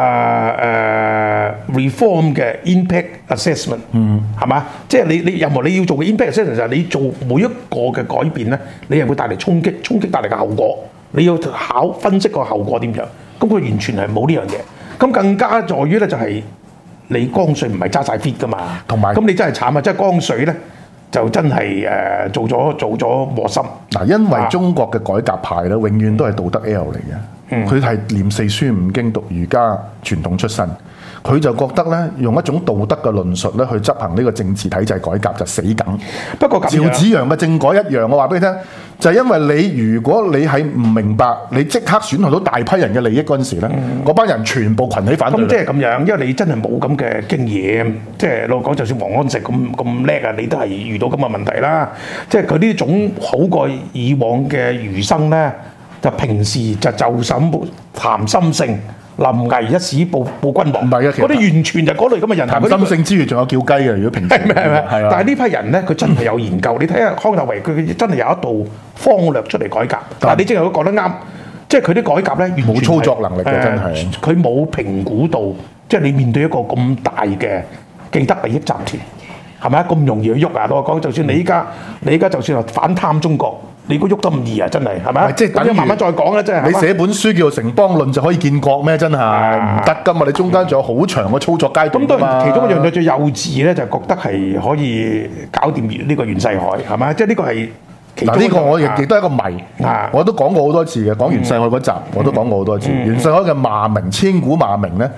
S2: reform 嘅 impact assessment，嗯，係嘛？即係你你任何你要做嘅 impact assessment 就係你做每一個嘅改變咧，你係會帶嚟衝擊，衝擊帶嚟嘅後果，你要考分析個後果點樣。咁佢完全係冇呢樣嘢，咁更加在於咧就係、你江水唔係揸晒 fit 噶嘛，
S1: 同埋
S2: 咁你真係慘啊！即係江水咧就真係誒、呃做咗做咗磨心。
S1: 嗱，因為中國嘅改革派咧，
S2: 啊
S1: 永遠都係道德 L 嚟
S2: 嗯
S1: 嘅，佢係念四書五經讀儒家傳統出身，佢就覺得咧用一種道德嘅論述咧去執行呢個政治體制改革就死梗。
S2: 不過咁
S1: 趙
S2: 樣
S1: 紫陽嘅政改一樣，我話俾你聽，就係、因為你如果你係唔明白，你即刻損害到大批人嘅利益嗰陣時咧，嗰、班人全部群起反對
S2: 嗯咁
S1: 你。
S2: 即係咁樣，因為你真係冇咁嘅經驗，即係老實講，就算王安石咁咁叻啊，你都係遇到咁嘅問題啦。即係佢呢種好過以往嘅餘生咧，就平時就就審談心性，臨危一死報報君王。
S1: 唔係嘅其實
S2: 嗰啲完全就嗰類咁嘅人。
S1: 談心性之餘，仲有叫雞嘅。如果 平時
S2: 係咪係咪？
S1: 係啊
S2: 但係呢批人咧，佢真係有研究。你睇下康有為，佢真係有一道方略出嚟改革。嗱，你正係講得啱，即係佢啲改革咧，完全係
S1: 冇操作能力嘅真
S2: 誒
S1: 係
S2: 佢冇評估到，即係你面對一個咁大嘅既得利益集團，係咪啊？咁容易去喐啊！我講，就算你依家
S1: 嗯
S2: 你依家就算係反貪中國，你估喐得咁易啊？真係係咪啊
S1: 唔係即係等於
S2: 咁慢慢再講啦，真係。
S1: 你
S2: 係嘛
S1: 寫本書叫做《城邦論》就可以建國咩？真係
S2: 啊
S1: 唔得噶嘛！你中間仲有好長嘅操作階段
S2: 咁當
S1: 㗎啊嘛
S2: 然，其中一樣嘢最幼稚咧，就係覺得係可以搞掂呢個袁世凱，係咪？即係呢個係其中
S1: 嗱，
S2: 一
S1: 呢個
S2: 樣
S1: 我亦
S2: 啊
S1: 亦都係一個謎
S2: 啊，嗯
S1: 我都講過好多次嘅。講袁世凱嗰集，我都講過好多次。袁世凱嘅罵名，千古罵名呢，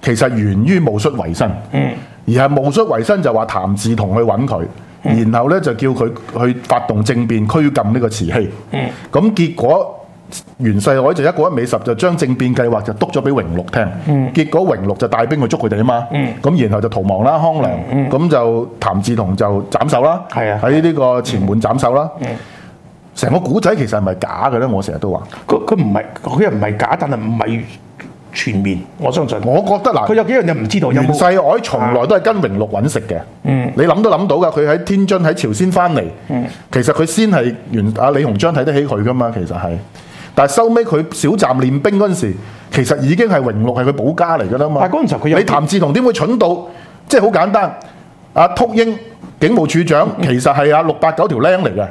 S1: 其實源於戊戌維新，
S2: 嗯
S1: 而係戊戌維新就話譚嗣同去揾佢。
S2: 嗯
S1: 然後呢，就叫佢去發動政變，拘禁呢個慈禧。
S2: 嗯
S1: 咁結果袁世凱就一個一尾十，就將政變計劃就督咗俾榮禄聽。
S2: 嗯
S1: 結果榮禄就帶兵去捉佢哋啊嘛。咁然後就逃亡啦，康梁。咁就譚嗣同就斬首啦。
S2: 嗯係啊嗯
S1: 喺呢個前門斬首啦。成個古仔其實係咪假嘅咧？我成日都話，
S2: 佢佢唔係佢又唔係假，但係唔係全面。我相信
S1: 我覺得
S2: 佢
S1: 嗱，
S2: 有幾樣嘢唔知道，有
S1: 袁世
S2: 冇嗯
S1: 凱從來都係跟榮禄揾食嘅。你諗都諗到㗎，佢喺天津喺朝鮮翻嚟，其實佢先係袁阿李鴻章睇得起佢㗎嘛，其實係。但係收尾佢小站練兵嗰陣時，其實已經係榮禄係佢保家嚟㗎啦嘛。
S2: 但係嗰陣時候佢有
S1: 你譚志同點會蠢到？即係好簡單，阿秃英警務處長
S2: 嗯
S1: 其實係阿六八九條僆嚟嘅。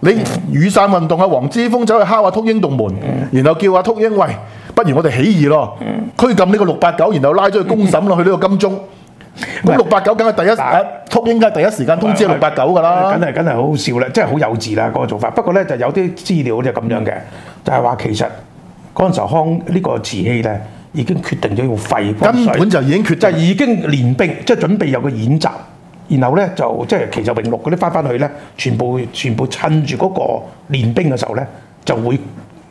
S1: 你雨傘運動啊，黃之峰走去敲阿秃英棟門，然後叫阿秃英喂，不如我哋起義咯，拘禁呢個六八九，然後拉咗去公審咯，去呢個金鐘。咁六八九梗係第一
S2: 嗱
S1: 誒，秃應該係第一時間通知六八九㗎
S2: 梗
S1: 啦。
S2: 係梗係好好笑啦，即係好幼稚啦嗰、個做法。不過咧就有啲資料就咁樣嘅，就係、話其實嗰陣時候康呢個慈禧咧已經決定咗要廢光
S1: 根
S2: 緒
S1: 本就已經決
S2: 就
S1: 定
S2: 係已經練兵，即係準備有個演習，然後咧就即係其實榮六嗰啲翻翻去咧，全部全部趁住嗰個練兵嘅時候咧，就會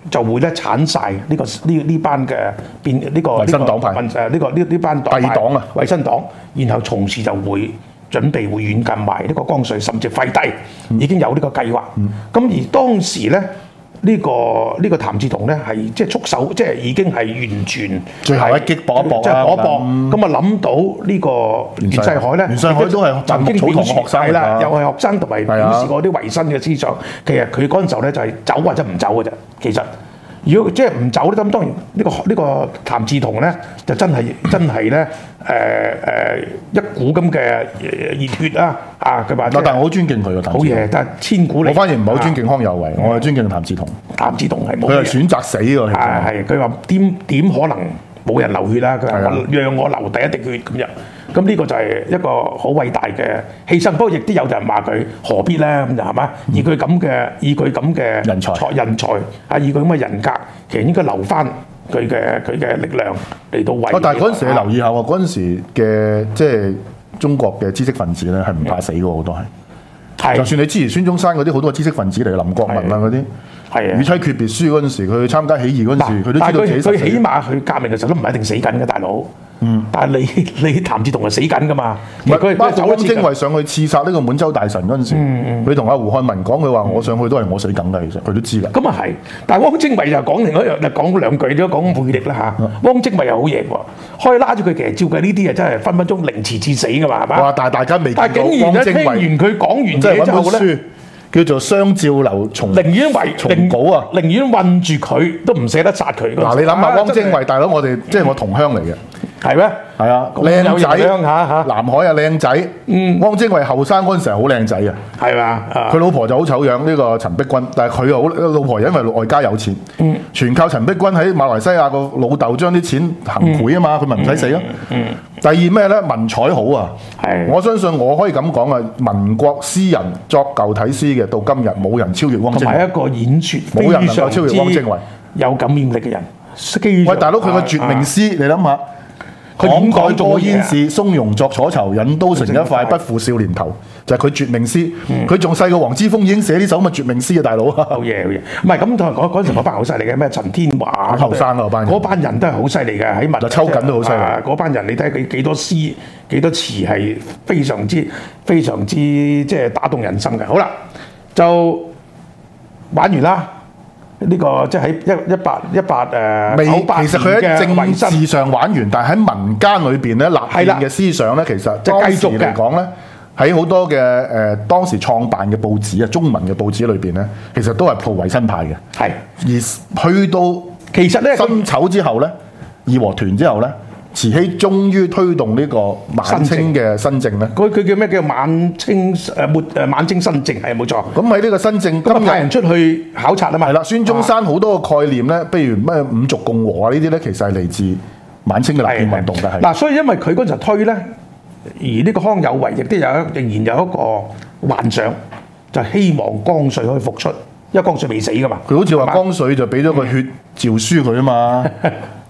S2: 就會咧剷晒呢個呢呢班嘅變呢個
S1: 民生黨派
S2: 民誒呢個呢呢班黨
S1: 帝
S2: 派
S1: 黨啊
S2: 衞生黨，然後從事就會準備會軟禁埋呢個江水，甚至廢
S1: 嗯
S2: 帝，已經有呢個計劃。咁而當時咧。呢、個呢、個譚志同咧係即係束手，即係已經係完全
S1: 最後一
S2: 係
S1: 擊搏一搏啦
S2: 即係搏一搏。
S1: 咁
S2: 咁啊諗到呢個袁世凱咧，
S1: 袁世凱都係
S2: 曾經
S1: 陳木草堂嘅學生嚟㗎
S2: 係啦，又係學生同埋
S1: 係啊
S2: 表示過啲維新嘅思想。其實佢嗰陣時候咧就係走或者唔走嘅啫。其實如果即係唔走咧，咁當然呢、個呢、個譚志同咧就真係真係咧誒誒一股咁嘅熱血啊啊！佢話即
S1: 嗱，
S2: 係
S1: 但係我好尊敬佢嘅
S2: 好
S1: 譚志同。
S2: 嘢，但係千古
S1: 我反而唔係好
S2: 敬
S1: 尊敬康有為，我係尊敬譚志同。
S2: 譚志同係冇
S1: 佢係
S2: 嘢啊
S1: 選擇死㗎，
S2: 係
S1: 其實。
S2: 係，佢話點點可能冇人流血啦？佢話
S1: 係啊
S2: 我讓我流第一滴血咁樣，咁呢個就係一個好偉大嘅犧牲。不過亦都有人話佢何必咧咁就係嘛？以佢咁嘅以佢咁嘅
S1: 嗯人才
S2: 人才啊，以佢咁嘅人格，其實應該留翻佢嘅佢嘅力量嚟到為。啊
S1: 我哦但係嗰陣時你留意下喎，嗰陣時嘅即係中國嘅知識分子咧係唔怕死嘅，好多係。
S2: 係
S1: 就算你支持孫中山嗰啲，好多係知識分子嚟嘅，林國民啊嗰啲。
S2: 係啊
S1: 與妻訣別書嗰陣時，佢參加起義嗰陣時，佢都知
S2: 但係
S1: 道自己
S2: 佢佢
S1: 實死
S2: 起碼佢革命嘅時候都唔係一定死緊嘅，大佬。嗯，但係你 你譚志同係死緊噶嘛？
S1: 唔
S2: 其實
S1: 嗯係，包
S2: 走
S1: 括
S2: 一
S1: 汪
S2: 次
S1: 精
S2: 㗎
S1: 衛上去刺殺呢個滿洲大臣嗰陣時，
S2: 嗯
S1: 佢同阿胡漢民講，佢話我上去都係我死梗㗎，其實佢都知㗎。
S2: 咁啊係，但係汪精衛就講另一樣，就講兩句都講魅力啦
S1: 嗯
S2: 嚇。汪精衛又好嘢喎，可以拉咗佢，其實照計呢啲啊真係分分鐘凌遲致死噶嘛，係嘛？
S1: 哇！但係大家未
S2: 但
S1: 見
S2: 係
S1: 到
S2: 竟然咧
S1: 汪精
S2: 聽完
S1: 衛，
S2: 佢講完
S1: 即係
S2: 嘢之
S1: 揾
S2: 後
S1: 本
S2: 咧，
S1: 書叫做《雙照流從》。
S2: 寧願為
S1: 重
S2: 寧
S1: 稿啊
S2: 寧願韞住佢都唔捨得殺佢。
S1: 嗱，你諗下
S2: 啊
S1: 汪精
S2: 真係嗯
S1: 衛大佬，我哋即係我同鄉嚟嘅。
S2: 係咩？
S1: 係啊，
S2: 咁
S1: 靚
S2: 有
S1: 仔，
S2: 影響下嚇
S1: 南海啊靚仔，
S2: 嗯
S1: 汪精衛後生嗰陣時係好靚仔嘅，
S2: 係嘛？啊
S1: 佢老婆就好醜樣呢個陳碧君，但係佢又好老婆因為外家有錢，
S2: 嗯
S1: 全靠陳碧君喺馬來西亞個老豆將啲錢行賄啊
S2: 嗯
S1: 嘛，佢咪唔使死咯。第二咩咧？文采好啊！
S2: 係
S1: 我相信我可以咁講啊，民國詩人作舊體詩嘅，到今日冇人超越汪
S2: 同
S1: 精衛。
S2: 埋一個演說
S1: 冇人
S2: 非
S1: 能夠
S2: 常
S1: 超越
S2: 之
S1: 汪精衛
S2: 有感染力嘅人。非常
S1: 喂，大佬佢個絕命
S2: 啊
S1: 詩，你諗下，
S2: 佢
S1: 慷
S2: 掩蓋
S1: 慨
S2: 咗
S1: 過
S2: 嘢啊
S1: 煙市，從容作楚囚，引刀成一塊，
S2: 成一塊
S1: 不負少年頭，就係佢絕命詩。
S2: 嗯
S1: 佢仲細過黃之鋒已經寫呢首咁嘅絕命詩啊，大佬啊！
S2: 好嘢好嘢，唔係咁同嗰嗰陣時嗰班好犀利嘅咩陳天華，
S1: 後生啊嗰班人
S2: 嗰班人都係好犀利嘅喺
S1: 嗱
S2: 文
S1: 秋瑾都好犀利
S2: 啊嗰班人你睇佢幾多詩幾多詞係非常之非常之即係打動人心嘅。好啦，就玩完啦。呢、個即係喺一一八一八
S1: 未，
S2: 誒九八
S1: 其實佢喺政
S2: 維新
S1: 治上玩完，但係喺民間裏邊咧，立
S2: 係啦
S1: 憲嘅思想咧，其實
S2: 就
S1: 當
S2: 繼
S1: 時
S2: 續嘅
S1: 嚟講咧。喺好多嘅誒、呃、當時創辦嘅報紙啊，中文嘅報紙裏邊咧，其實都係 pro 維新派嘅。
S2: 係，
S1: 而去到
S2: 其實咧
S1: 辛丑之後咧，義和團之後咧，慈禧終於推動呢個晚清嘅新政咧。
S2: 佢佢叫咩叫晚清誒末誒晚清新政係冇錯，
S1: 咁喺呢個新政今
S2: 咁啊派
S1: 日
S2: 人出去考察啊嘛，
S1: 係啦，孫中山好多個概念咧，譬如咩五族共和啊呢啲咧，其實係嚟自晚清嘅立憲運動嘅係。
S2: 嗱，所以因為佢嗰陣推咧，而呢個康有為亦都有一仍然有一個幻想，就希望江水可以復出，因為江水未死噶嘛。
S1: 佢好似話江水就俾咗個血詔書佢啊 嘛，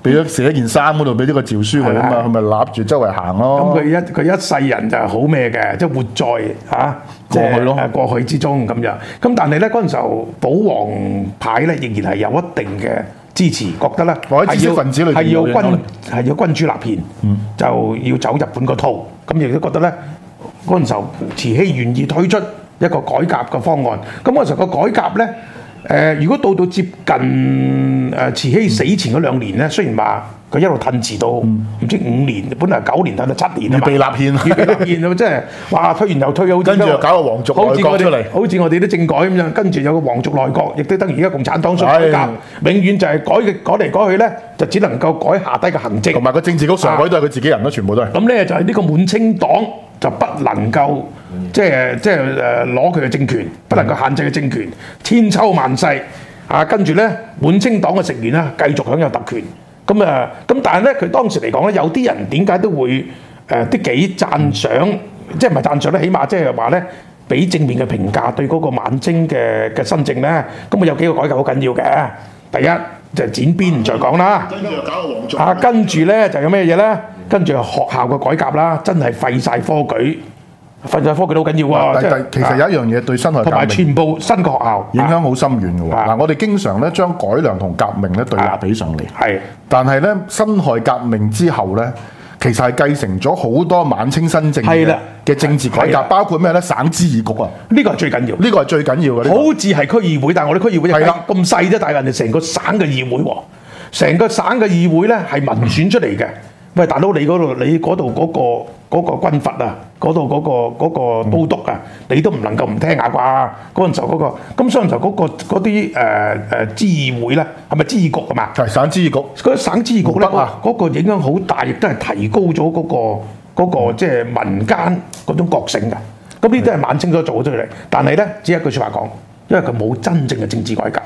S1: 俾咗寫一件衫嗰度俾咗個詔書佢啊嘛，佢咪攬住周圍行
S2: 咁
S1: 咯。
S2: 佢一佢一世人就係好咩嘅，即係活在嚇
S1: 過去咯，
S2: 即係誒啊過去之中咁樣。咁但係咧嗰陣時候，保皇派咧仍然係有一定嘅支持，覺得咧
S1: 我喺知識分子裏邊
S2: 係
S1: 有影
S2: 要
S1: 響力
S2: 君係要君主立憲，就要走日本個套。咁亦都覺得咧嗰陣時候，慈禧願意推出一個改革嘅方案。咁嗰陣時候個改革咧。誒、如果到到接近誒、慈禧死前嗰兩年咧，雖然話佢一路褪遲到唔知五年，本來係九年褪到七年啊
S1: 預
S2: 嘛
S1: 備立憲，
S2: 預備立憲啊！真係，哇！推完又推，好似
S1: 跟住又搞個皇族內
S2: 好似我
S1: 閣
S2: 哋
S1: 出嚟
S2: 好似我哋啲政改咁樣，跟住有個皇族內閣，亦都等於而家共產黨想改革，永遠就係改嘅改嚟改去咧，就只能夠改下低嘅行政
S1: 同。埋個政治局常委都係佢自己人咯，全部都係。
S2: 咁咧就係呢個滿清黨就不能夠即係即係誒攞佢嘅政權，不能夠限制佢政權，千秋萬世啊！跟住咧，滿清黨嘅成員咧繼續享有特權，咁啊，咁但係咧，佢當時嚟講咧，有啲人點解都會誒都幾讚賞，即係唔係讚賞咧？起碼即係話咧，俾正面嘅評價對嗰個晚清嘅嘅新政咧，咁啊有幾個改革好緊要嘅。第一就係剪邊唔再講啦。
S3: 跟住又搞個黃
S2: 啊，
S3: 種，
S2: 跟住咧就有咩嘢咧？跟住學校嘅改革啦，真係廢晒科舉，廢晒科舉都好緊要喎。
S1: 啊
S2: 哦
S1: 但
S2: 即係啊
S1: 但其實有一樣嘢對辛
S2: 同
S1: 亥革
S2: 埋
S1: 命
S2: 全部新嘅學校
S1: 影響好深遠嘅喎。
S2: 啊
S1: 嗱，我哋經常咧將改良同革命咧對立比上嚟，
S2: 係
S1: 但係咧辛亥革命之後咧。其實係繼承咗好多晚清新政
S2: 係
S1: 嘅
S2: 啦
S1: 嘅政治改
S2: 係
S1: 革
S2: 啦，
S1: 包括咩咧？省諮議局啊，
S2: 呢個係最緊要。
S1: 呢個係最緊要嘅。呢個
S2: 好似係區議會，但係我哋區議會就
S1: 係啦
S2: 咁細啫，但係人哋成個省嘅議會喎，成個省嘅議會咧係民選出嚟嘅。喂，大佬，你嗰度你嗰度嗰個嗰、個軍閥啊，嗰度嗰個嗰、個都督啊，你都唔能夠唔聽下啩？嗰陣時候嗰、個，咁所以嗰時候嗰、個嗰啲誒誒諮議會咧，係咪諮議局啊嘛？
S1: 係省諮議局。
S2: 嗰省諮議局咧，
S1: 湖北啊
S2: 嗰個影響好大，亦都係提高咗嗰、個嗰、
S1: 嗯
S2: 個即係民間嗰種覺醒㗎。咁呢啲都係晚清所做出嚟，但係咧，只係一句説話講，因為佢冇真正嘅政治改革，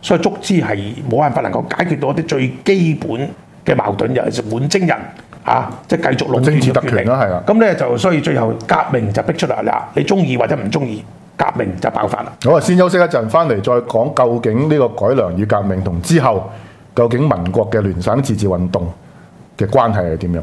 S2: 所以足之係冇辦法能夠解決到一啲最基本嘅矛盾，尤其是滿清人啊，即係繼續壟斷
S1: 政治
S2: 嘅
S1: 特
S2: 權力
S1: 權啦係啊
S2: 咁咧就所以最後革命就逼出嚟啦，你中意或者唔中意，革命就爆發啦。
S1: 好啊，先休息一陣，翻嚟再講究竟呢個改良與革命同之後究竟民國嘅聯省自治運動嘅關係係點樣。